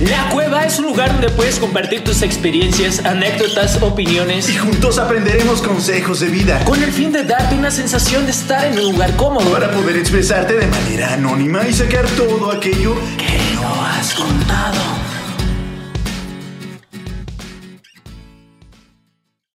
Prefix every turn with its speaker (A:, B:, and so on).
A: La cueva es un lugar donde puedes compartir tus experiencias, anécdotas, opiniones
B: Y juntos aprenderemos consejos de vida
A: con el fin de darte una sensación de estar en un lugar cómodo.
B: para poder expresarte de manera anónima y sacar todo aquello que no
A: Ah,